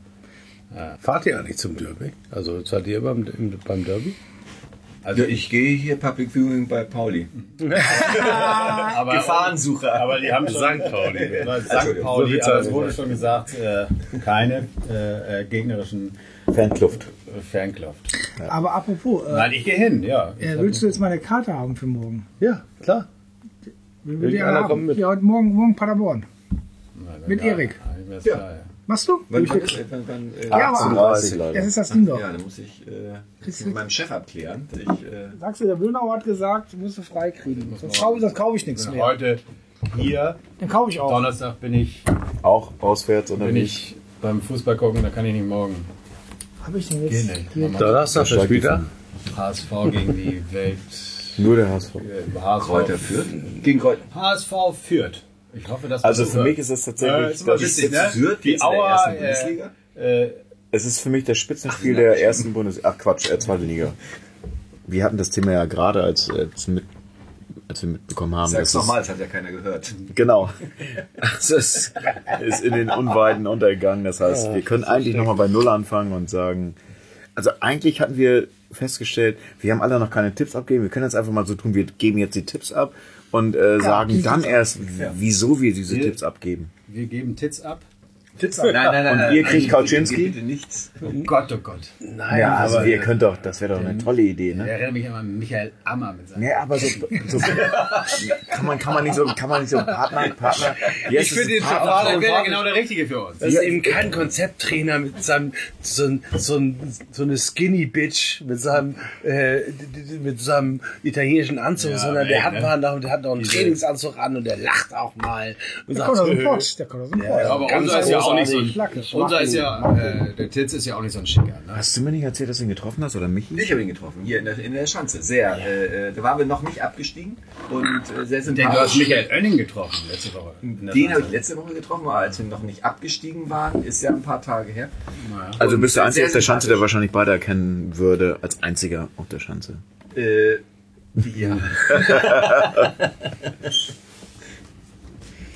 Speaker 6: Fahrt ihr eigentlich zum Derby? Also seid ihr beim, im- beim Derby?
Speaker 3: also
Speaker 5: Ja, ich gehe hier Public Viewing bei Pauli.
Speaker 3: aber,
Speaker 5: Gefahrensucher.
Speaker 3: Aber die haben schon Also, St. Pauli.
Speaker 5: Also,
Speaker 3: St.
Speaker 6: So
Speaker 3: Pauli,
Speaker 6: viel
Speaker 3: aber
Speaker 6: Zeit
Speaker 5: halt
Speaker 3: es wurde schon gesagt, äh, keine äh, äh, gegnerischen
Speaker 4: Fankluft.
Speaker 3: äh, Fankluft.
Speaker 2: aber apropos, äh,
Speaker 3: Nein, ich gehe hin, ja. Ich
Speaker 2: äh,
Speaker 3: hab-
Speaker 2: willst du jetzt meine Karte haben für morgen?
Speaker 6: Ja, klar.
Speaker 2: Will,
Speaker 6: Will
Speaker 2: will
Speaker 6: einer
Speaker 2: einer
Speaker 6: kommen
Speaker 2: haben?
Speaker 6: mit?
Speaker 2: Ja, heute morgen, morgen Paderborn.
Speaker 3: Nein,
Speaker 2: mit
Speaker 3: ja,
Speaker 2: Erik.
Speaker 3: nein, das
Speaker 5: Ja.
Speaker 3: war Ja.
Speaker 2: Machst du?
Speaker 5: Wann,
Speaker 2: Ich-
Speaker 5: wann, ist- wann, wann, äh,
Speaker 2: Ja, aber-
Speaker 4: 18:30 leider.
Speaker 2: das ist das Ding doch.
Speaker 5: Ja, da muss ich äh, mit meinem Chef abklären. Ich, äh,
Speaker 2: Sagst du, der Wilnauer hat gesagt, du musst du freikriegen. Sonst kaufe sonst kaufe ich nichts
Speaker 3: Bin
Speaker 2: mehr.
Speaker 3: Heute hier,
Speaker 2: Dann kaufe ich auch.
Speaker 3: Donnerstag bin ich,
Speaker 4: Auch auswärts oder
Speaker 3: bin
Speaker 4: nicht?
Speaker 3: ich beim Fußball gucken, da kann ich nicht morgen.
Speaker 2: Habe ich denn
Speaker 3: Geh
Speaker 2: jetzt?
Speaker 3: nicht. Nochmal
Speaker 6: Donnerstag
Speaker 4: steigt
Speaker 6: ist
Speaker 4: die
Speaker 6: wieder.
Speaker 4: Fahne.
Speaker 3: HSV gegen die Welt.
Speaker 4: Nur der HSV.
Speaker 3: äh, HSV
Speaker 5: Kräuter führt. Gegen Kräuter.
Speaker 3: HSV führt. Ich hoffe, dass
Speaker 4: Also
Speaker 3: man
Speaker 4: für
Speaker 3: hört.
Speaker 4: mich ist das
Speaker 3: Ja,
Speaker 4: tatsächlich,
Speaker 3: ist immer
Speaker 4: das
Speaker 3: witzig,
Speaker 4: ist,
Speaker 3: ne?
Speaker 5: Fürth
Speaker 3: Die
Speaker 5: jetzt in der
Speaker 3: Auer,
Speaker 5: ersten
Speaker 3: äh,
Speaker 5: Bundesliga?
Speaker 3: äh,
Speaker 4: es ist für mich das Spitzenspiel der ersten Bundesliga. Ach Quatsch, äh, zweite Liga. Wir hatten das Thema ja gerade, als, äh, als, mit, als wir mitbekommen haben,
Speaker 5: Sag's
Speaker 4: dass es
Speaker 5: nochmal, das hat ja keiner gehört.
Speaker 4: Genau. Also es ist in den unweiten Untergang. Das heißt, wir können eigentlich nochmal bei Null anfangen und sagen, also eigentlich hatten wir festgestellt, wir haben alle noch keine Tipps abgegeben. Wir können jetzt einfach mal so tun, wir geben jetzt die Tipps ab und äh, sagen dann erst, w- wieso wir diese Tipps abgeben.
Speaker 3: wir geben Tits ab.
Speaker 5: Nein, nein, nein.
Speaker 4: Und ihr kriegt Kauczynski?
Speaker 5: Bitte nichts.
Speaker 3: Oh Gott, oh Gott.
Speaker 4: ja, also wir können doch, das wäre doch eine tolle Idee,
Speaker 3: Ich
Speaker 4: ne?
Speaker 3: erinnere mich immer an Michael Ammer mit seinem.
Speaker 4: Nee, aber so, so kann, man, kann man nicht so, kann man nicht so Partner, Partner. Yes,
Speaker 6: Ich
Speaker 5: Ah,
Speaker 6: finde den
Speaker 3: Aber
Speaker 6: Verfahren
Speaker 3: der wäre genau der Richtige für uns.
Speaker 6: Das ist eben kein Konzepttrainer mit seinem so, ein- so, ein- so eine Skinny Bitch mit seinem äh, d- d- mit seinem italienischen Anzug,
Speaker 3: Ja,
Speaker 6: sondern der
Speaker 3: ey,
Speaker 6: hat
Speaker 3: ne?
Speaker 6: mal noch, der hat noch einen Trainingsanzug an und der lacht auch mal und
Speaker 2: Der kommt aus
Speaker 6: sagt,
Speaker 2: dem
Speaker 6: "Äh,
Speaker 2: Potsch, der kommt aus dem Potsch.
Speaker 3: Ja, aber unser ist ja auch nicht so ein.
Speaker 2: großartig.
Speaker 3: Unser ist ja. Äh, der Titz ist ja auch nicht so ein Schicker. Ne?
Speaker 4: Hast du mir nicht erzählt, dass du ihn getroffen hast oder mich?
Speaker 5: Ich habe ihn getroffen, hier in der, in der Schanze. Sehr. Äh, äh, da waren wir noch nicht abgestiegen. Und äh, sehr
Speaker 3: Denn du hast
Speaker 5: sympathisch.
Speaker 3: Michael Oenning getroffen letzte Woche. In der
Speaker 5: Den habe
Speaker 3: Phase.
Speaker 5: ich letzte Woche getroffen, aber als wir noch nicht abgestiegen waren, ist ja ein paar Tage her.
Speaker 4: Also bist du der
Speaker 5: sehr
Speaker 4: Einzige auf der Schanze,
Speaker 5: sympathisch.
Speaker 4: der wahrscheinlich beide erkennen würde, als einziger auf der Schanze.
Speaker 5: Äh, ja.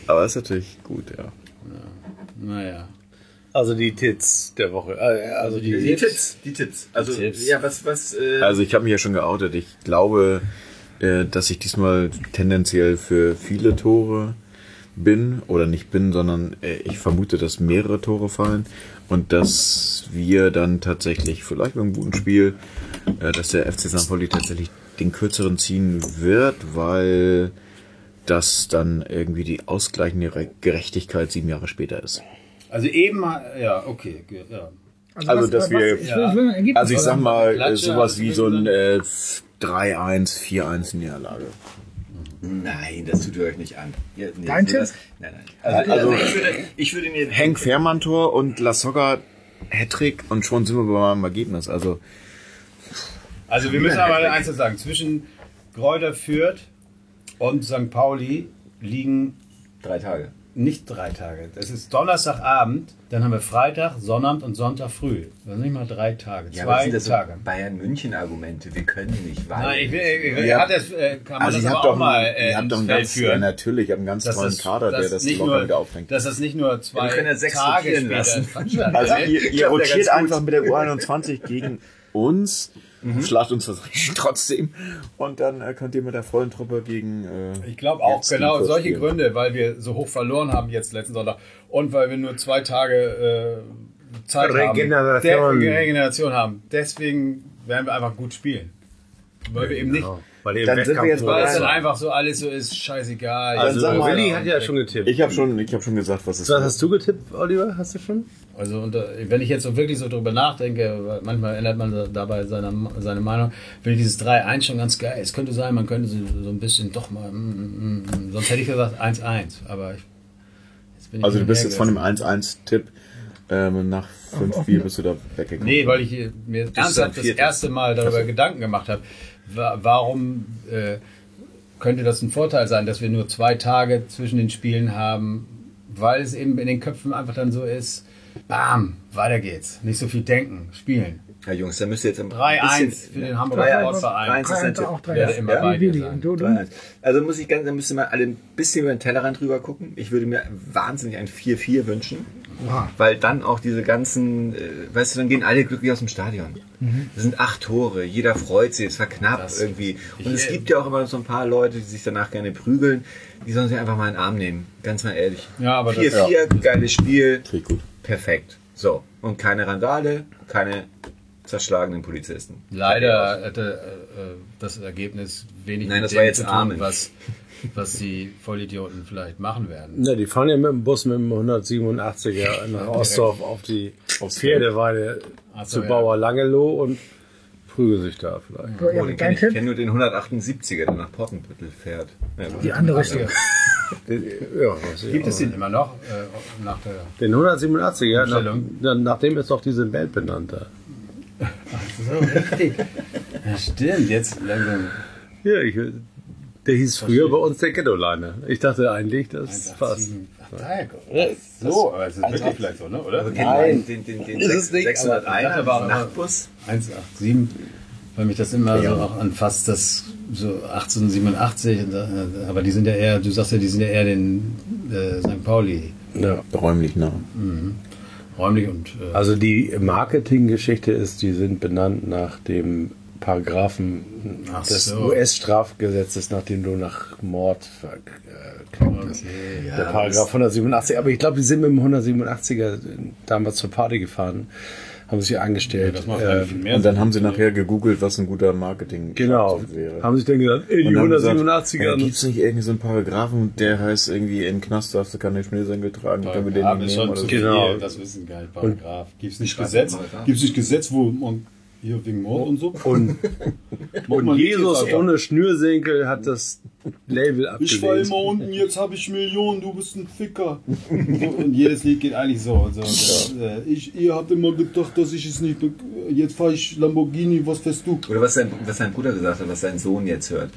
Speaker 4: Aber das ist natürlich gut, ja.
Speaker 3: Naja. Also die Tits der Woche. Äh, Also die,
Speaker 5: Die Tipps. Die Tipps. Also,
Speaker 3: Tipps.
Speaker 5: ja, was, was, äh,
Speaker 4: Also ich habe mich ja schon geoutet. Ich glaube, äh, dass ich diesmal tendenziell für viele Tore bin oder nicht bin, sondern äh, ich vermute, dass mehrere Tore fallen und dass wir dann tatsächlich vielleicht mit einem guten Spiel, äh, dass der FC St. Pauli tatsächlich den kürzeren ziehen wird, weil das dann irgendwie die ausgleichende Re- Gerechtigkeit sieben Jahre später ist.
Speaker 3: Also eben, ja, okay. ge- Ja.
Speaker 4: Also, dass wir-
Speaker 2: ich will, ich will ein Ergebnis
Speaker 4: Also ich sag
Speaker 2: haben.
Speaker 4: mal, äh,
Speaker 3: Klatsche,
Speaker 4: sowas
Speaker 3: also
Speaker 4: wie
Speaker 3: wenn
Speaker 4: so
Speaker 3: du
Speaker 4: ein äh, 3-1, 4-1 Niederlage.
Speaker 5: nein, das tut ihr euch nicht an. Ja, nee,
Speaker 2: Dein
Speaker 5: nee,
Speaker 2: Tipp?
Speaker 5: das- Nein, nein. Also, also ich würde, ich würde mir
Speaker 4: Henk Fährmann Tor und Lasogga Hattrick und schon sind wir beim Ergebnis. Also
Speaker 3: Also wir müssen aber eins sagen, zwischen Gräuter Fürth und St. Pauli liegen
Speaker 5: drei Tage.
Speaker 3: nicht drei Tage. Das ist Donnerstagabend, dann haben wir Freitag, Sonnabend und Sonntag früh. Das sind nicht mal drei Tage,
Speaker 5: Ja, aber
Speaker 3: zwei
Speaker 5: sind das so
Speaker 3: Tage.
Speaker 5: Bayern München Argumente. Wir können nicht, weil.
Speaker 3: Nein, ich, will- ich, ich,
Speaker 4: Ja.
Speaker 3: hat das, äh, kann man
Speaker 4: also
Speaker 3: das
Speaker 4: ihr
Speaker 3: aber
Speaker 4: habt
Speaker 3: auch
Speaker 4: doch,
Speaker 3: mal
Speaker 4: einen,
Speaker 3: äh,
Speaker 4: ihr habt
Speaker 3: ins
Speaker 4: doch einen
Speaker 3: Feld
Speaker 4: ganz, ja,
Speaker 3: führen.
Speaker 4: natürlich, ihr habt einen ganz
Speaker 3: dass
Speaker 4: tollen
Speaker 3: das,
Speaker 4: Kader,
Speaker 3: dass
Speaker 4: der das
Speaker 3: nicht
Speaker 4: locker
Speaker 3: nur,
Speaker 4: wieder auffängt.
Speaker 3: Dass das nicht nur
Speaker 5: Wir können
Speaker 3: zwei
Speaker 5: ja sechs
Speaker 3: Tage
Speaker 5: rotieren
Speaker 3: später
Speaker 5: lassen.
Speaker 3: stattfindet.
Speaker 4: Also ihr, ihr
Speaker 5: Klappt ja
Speaker 4: rotiert
Speaker 5: ganz gut.
Speaker 4: einfach mit der U21 gegen uns,
Speaker 3: Mhm.
Speaker 4: schlagt uns das trotzdem und dann äh, könnt ihr mit der vollen Truppe gegen... Äh,
Speaker 3: Ich glaube auch,
Speaker 4: jetzt
Speaker 3: genau,
Speaker 4: Frankfurt
Speaker 3: solche
Speaker 4: spielen.
Speaker 3: Gründe, weil wir so hoch verloren haben jetzt letzten Sonntag und weil wir nur zwei Tage äh, Zeit haben.
Speaker 8: Regeneration.
Speaker 3: Der, Regeneration haben. Deswegen werden wir einfach gut spielen. Weil wir eben
Speaker 4: Genau.
Speaker 3: nicht,
Speaker 8: Weil ihr im
Speaker 4: Dann sind wir
Speaker 8: Wettkampf
Speaker 4: jetzt bei
Speaker 3: weil
Speaker 8: nur
Speaker 3: es dann
Speaker 8: dabei
Speaker 3: einfach so alles so ist, scheißegal.
Speaker 4: Also,
Speaker 3: Jetzt-
Speaker 4: sag mal-
Speaker 8: Willi hat ja schon getippt.
Speaker 4: Ich habe schon, ich hab schon gesagt, was es
Speaker 8: Was hast du getippt, Oliver? Hast du schon?
Speaker 3: Also und, äh, wenn ich jetzt so wirklich so drüber nachdenke, weil manchmal ändert man da- dabei seine, seine Meinung, finde ich dieses 3-1 schon ganz geil. Es könnte sein, man könnte so, so ein bisschen doch mal, mm, mm, mm, sonst hätte ich gesagt 1-1, aber ich, jetzt bin ich
Speaker 4: Also du
Speaker 3: hin und
Speaker 4: bist
Speaker 3: her
Speaker 4: jetzt von dem
Speaker 3: gerissen.
Speaker 4: 1-1-Tipp ähm, nach 5 Bier bist du da weggekommen.
Speaker 3: Nee, weil ich äh, mir ernsthaft das
Speaker 4: viertes.
Speaker 3: erste Mal darüber Gedanken gemacht habe, wa- warum äh, könnte das ein Vorteil sein, dass wir nur zwei Tage zwischen den Spielen haben, weil es eben in den Köpfen einfach dann so ist, bam, weiter geht's. Nicht so viel denken, spielen.
Speaker 5: Ja, Jungs, da müsst ihr jetzt ein
Speaker 3: 3-1
Speaker 5: bisschen-
Speaker 3: für den Hamburger
Speaker 5: 3-1.
Speaker 3: Sportverein.
Speaker 5: 3-1 ist ein Tipp.
Speaker 2: auch drei.
Speaker 3: Werde immer bei dir
Speaker 2: Willi
Speaker 3: sein.
Speaker 2: und du, du?
Speaker 5: 3-1. Also muss ich ganz, da müsste man alle ein bisschen über den Tellerrand drüber gucken. Ich würde mir wahnsinnig ein 4-4 wünschen,
Speaker 2: Oha.
Speaker 5: weil dann auch diese ganzen, äh, weißt du, dann gehen alle glücklich aus dem Stadion.
Speaker 3: Mhm.
Speaker 5: Es sind acht Tore, jeder freut sich, es war knapp irgendwie. Und es gibt ja auch immer so ein paar Leute, die sich danach gerne prügeln, die sollen sich einfach mal in den Arm nehmen, ganz mal ehrlich.
Speaker 3: Ja, aber das-
Speaker 5: 4-4, geiles Spiel,
Speaker 4: Klingt gut.
Speaker 5: perfekt. So, und keine Randale, keine zerschlagenen Polizisten.
Speaker 3: Leider hatte äh, äh, das Ergebnis wenig
Speaker 5: Nein,
Speaker 3: mit
Speaker 5: das
Speaker 3: dem
Speaker 5: war jetzt
Speaker 3: zu tun,
Speaker 5: Amen.
Speaker 3: was, was die Vollidioten vielleicht machen werden.
Speaker 8: Na, die fahren ja mit dem Bus mit dem 187er nach Ostdorf auf die Pferdeweide
Speaker 3: so,
Speaker 8: zu
Speaker 3: ja.
Speaker 8: Bauer Langeloh und prügeln sich da vielleicht.
Speaker 2: So,
Speaker 5: Den
Speaker 2: Erik,
Speaker 5: kenn
Speaker 2: dein
Speaker 5: ich kenne
Speaker 2: Tipp?
Speaker 5: nur den 178er, der nach Portenbüttel fährt. Ja, gut.
Speaker 2: Die andere Richtung.
Speaker 8: Ja, weiß ich
Speaker 3: Gibt
Speaker 8: auch.
Speaker 3: es den immer noch äh, nach der
Speaker 8: Den 187er, nach,
Speaker 3: Umstellung.
Speaker 8: na- nach dem ist doch diese Welt benannt. da.
Speaker 3: So, richtig. Ja, stimmt, jetzt langsam.
Speaker 8: Ja, ich, der hieß früher bei uns der Ghetto-Liner. Ich dachte eigentlich, das passt.
Speaker 3: 187. Ach, da, ja, so, aber es ist wirklich vielleicht so, ne? oder?
Speaker 5: Nein, den, den, den, den
Speaker 3: Ist es
Speaker 5: 6,
Speaker 3: nicht, aber-
Speaker 5: 601
Speaker 3: Ja, aber-
Speaker 5: Nachtbus.
Speaker 3: 187, weil mich das immer so auch anfasst, das so 1887, und da- aber die sind ja eher, du sagst ja, die sind ja eher den äh, St. Pauli
Speaker 8: Ja.
Speaker 4: Räumlich nah.
Speaker 3: räumlich und äh,
Speaker 8: Also die Marketinggeschichte ist, die sind benannt nach dem Paragraphen
Speaker 3: Ach
Speaker 8: des
Speaker 3: so.
Speaker 8: US-Strafgesetzes, nachdem du nach Mord verklagt bist.
Speaker 3: okay, ja.
Speaker 8: Der Paragraph 187, aber ich glaube, die sind mit dem 187er damals zur Party gefahren, haben sich angestellt.
Speaker 3: das macht
Speaker 8: Ähm,
Speaker 3: eigentlich viel mehr
Speaker 4: Und
Speaker 3: Sinn.
Speaker 4: dann haben sie nachher gegoogelt, was ein guter marketing
Speaker 8: genau,
Speaker 4: wäre.
Speaker 8: haben sich dann gedacht, ey, die
Speaker 4: Und dann gesagt,
Speaker 8: 187er.
Speaker 4: Ja, gibt's nicht irgendwie so einen Paragraphen, der heißt irgendwie, im Knast darfst du keine Schnürsenkel getragen, können wir den
Speaker 3: Paragraph
Speaker 4: nicht
Speaker 3: ist
Speaker 4: nehmen
Speaker 3: schon
Speaker 4: oder
Speaker 3: zu
Speaker 4: so.
Speaker 3: viel,
Speaker 8: Genau.
Speaker 3: das wissen gar nicht, Paragraph. Gibt es nicht Gesetz, gibt's nicht Gesetz, wo man hier wegen Mord und so?
Speaker 8: Und, und Jesus ohne Schnürsenkel hat das Label
Speaker 3: Ich war
Speaker 8: abgelehnt.
Speaker 3: immer unten, jetzt habe ich Millionen, du bist ein Ficker. Und jedes Lied geht eigentlich so. so das, äh, ich, ihr habt immer gedacht, dass ich es nicht. be- Jetzt fahre ich Lamborghini, was fährst du?
Speaker 5: Oder was sein, was sein Bruder gesagt hat, was sein Sohn jetzt hört.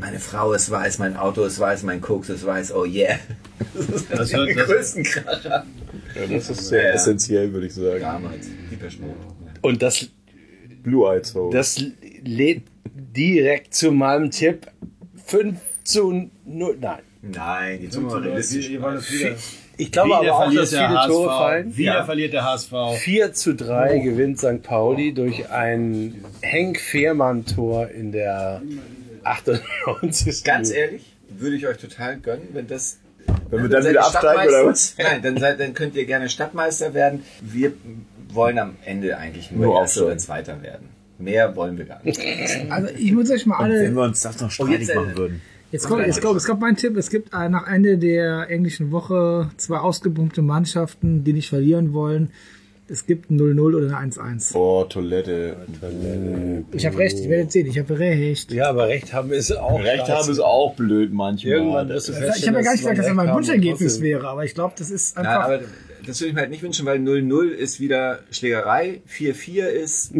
Speaker 5: Meine Frau ist weiß, mein Auto ist weiß, mein Koks ist weiß, oh yeah. Das ist der größten Kracher.
Speaker 4: Ja, das ist sehr essentiell, würde ich sagen.
Speaker 5: Damals, die Peschmode.
Speaker 8: Und das,
Speaker 4: Blue-Eyed Soul.
Speaker 8: das lädt direkt zu meinem Tipp 5 zu 0. Nein.
Speaker 5: Nein, jetzt sind wir mal realistisch.
Speaker 3: Ihr war das wieder. Ich glaube aber auch, dass viele Tore fallen.
Speaker 6: Wieder verliert der HSV.
Speaker 3: 4 zu
Speaker 2: Oh.
Speaker 3: 3 gewinnt St. Pauli durch ein Henk Fehrmann-Tor in der 98.
Speaker 5: Ganz ehrlich, würde ich euch total gönnen, wenn das.
Speaker 4: Wenn wir dann wieder absteigen oder was?
Speaker 5: Nein, dann, seid, dann könnt ihr gerne Stadtmeister werden. Wir wollen am Ende eigentlich nur,
Speaker 4: Nur
Speaker 5: Erster oder
Speaker 4: aufsteigen.
Speaker 5: Zweiter werden. Mehr wollen wir gar nicht.
Speaker 2: Also ich muss euch mal alle.
Speaker 4: Wenn wir uns das noch streitig
Speaker 5: jetzt, äh,
Speaker 4: machen würden.
Speaker 2: Jetzt kommt, jetzt kommt, es kommt mein Tipp. Es gibt äh, nach Ende der englischen Woche zwei ausgepumpte Mannschaften, die nicht verlieren wollen. Es gibt ein 0-0 oder ein 1-1.
Speaker 4: Oh, Toilette.
Speaker 2: Ich habe recht, ich werde jetzt sehen, ich habe recht.
Speaker 3: Ja, aber recht haben ist auch.
Speaker 4: Recht
Speaker 3: scheiße.
Speaker 4: haben ist auch blöd manchmal.
Speaker 3: Irgendwann wirst du
Speaker 2: Ich habe ja gar nicht gesagt, dass das mein Wunschergebnis
Speaker 3: wäre.
Speaker 2: wäre, aber ich glaube, das ist
Speaker 5: Nein,
Speaker 2: einfach.
Speaker 5: aber das würde ich mir halt nicht wünschen, weil 0-0 ist wieder Schlägerei, 4-4 ist.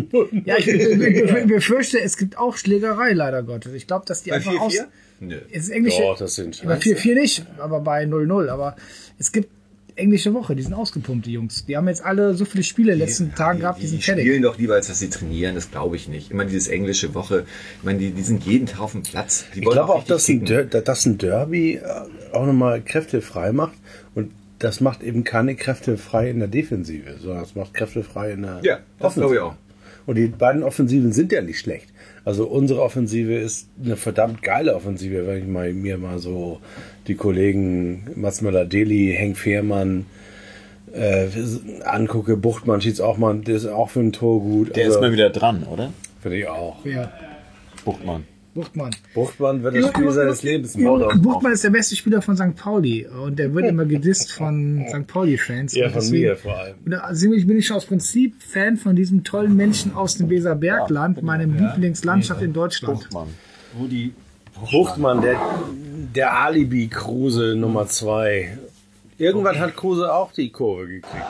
Speaker 2: ja, ich, ich, ich, ich befürchte, es gibt auch Schlägerei, leider Gottes. Ich glaube, dass die
Speaker 5: Bei
Speaker 2: einfach
Speaker 5: 4-4?
Speaker 2: aus.
Speaker 5: Nö.
Speaker 2: Es ist englische,
Speaker 3: Doch, Oh, das sind
Speaker 2: Bei
Speaker 3: Scheiße.
Speaker 2: 4-4 nicht, aber bei 0-0. Aber es gibt englische Woche, die sind ausgepumpt, die Jungs. Die haben jetzt alle so viele Spiele in den letzten Tagen gehabt, die
Speaker 5: Die
Speaker 2: sind fertig.
Speaker 5: spielen doch lieber, als dass sie trainieren, das glaube ich nicht. Immer dieses englische Woche, ich meine, die, die sind jeden Tag auf dem Platz. Die
Speaker 3: Ich glaube auch, dass ein,
Speaker 5: Dirk.
Speaker 3: Der, dass ein Derby äh, auch nochmal Kräfte frei macht. Und das macht eben keine Kräfte frei in der Defensive, sondern es macht Kräfte frei in der
Speaker 5: Ja, das glaube ich auch.
Speaker 3: Und die beiden Offensiven sind ja nicht schlecht. Also unsere Offensive ist eine verdammt geile Offensive, wenn ich mal, mir mal so die Kollegen Mats Möller-Deli, Henk Fehrmann äh, angucke. Buchtmann schießt auch mal, der ist auch für ein Tor gut. Also
Speaker 4: Der ist mal wieder dran, oder?
Speaker 3: finde ich auch.
Speaker 2: Ja,
Speaker 4: Buchmann.
Speaker 2: Buchtmann.
Speaker 3: Buchtmann wird das Spiel seines Lebens
Speaker 2: Buchmann Buchmann ist der beste Spieler von St. Pauli und der wird immer gedisst von St. Pauli-Fans.
Speaker 3: Ja,
Speaker 2: Und
Speaker 3: von
Speaker 2: deswegen-
Speaker 3: mir vor allem.
Speaker 2: Und deswegen bin also ich schon aus Prinzip Fan von diesem tollen Menschen aus dem Weserbergland, meinem Lieblingslandschaft in Deutschland.
Speaker 3: Buchtmann, der, der Alibi-Kruse Nummer 2. Irgendwann hat Kruse auch die Kurve gekriegt.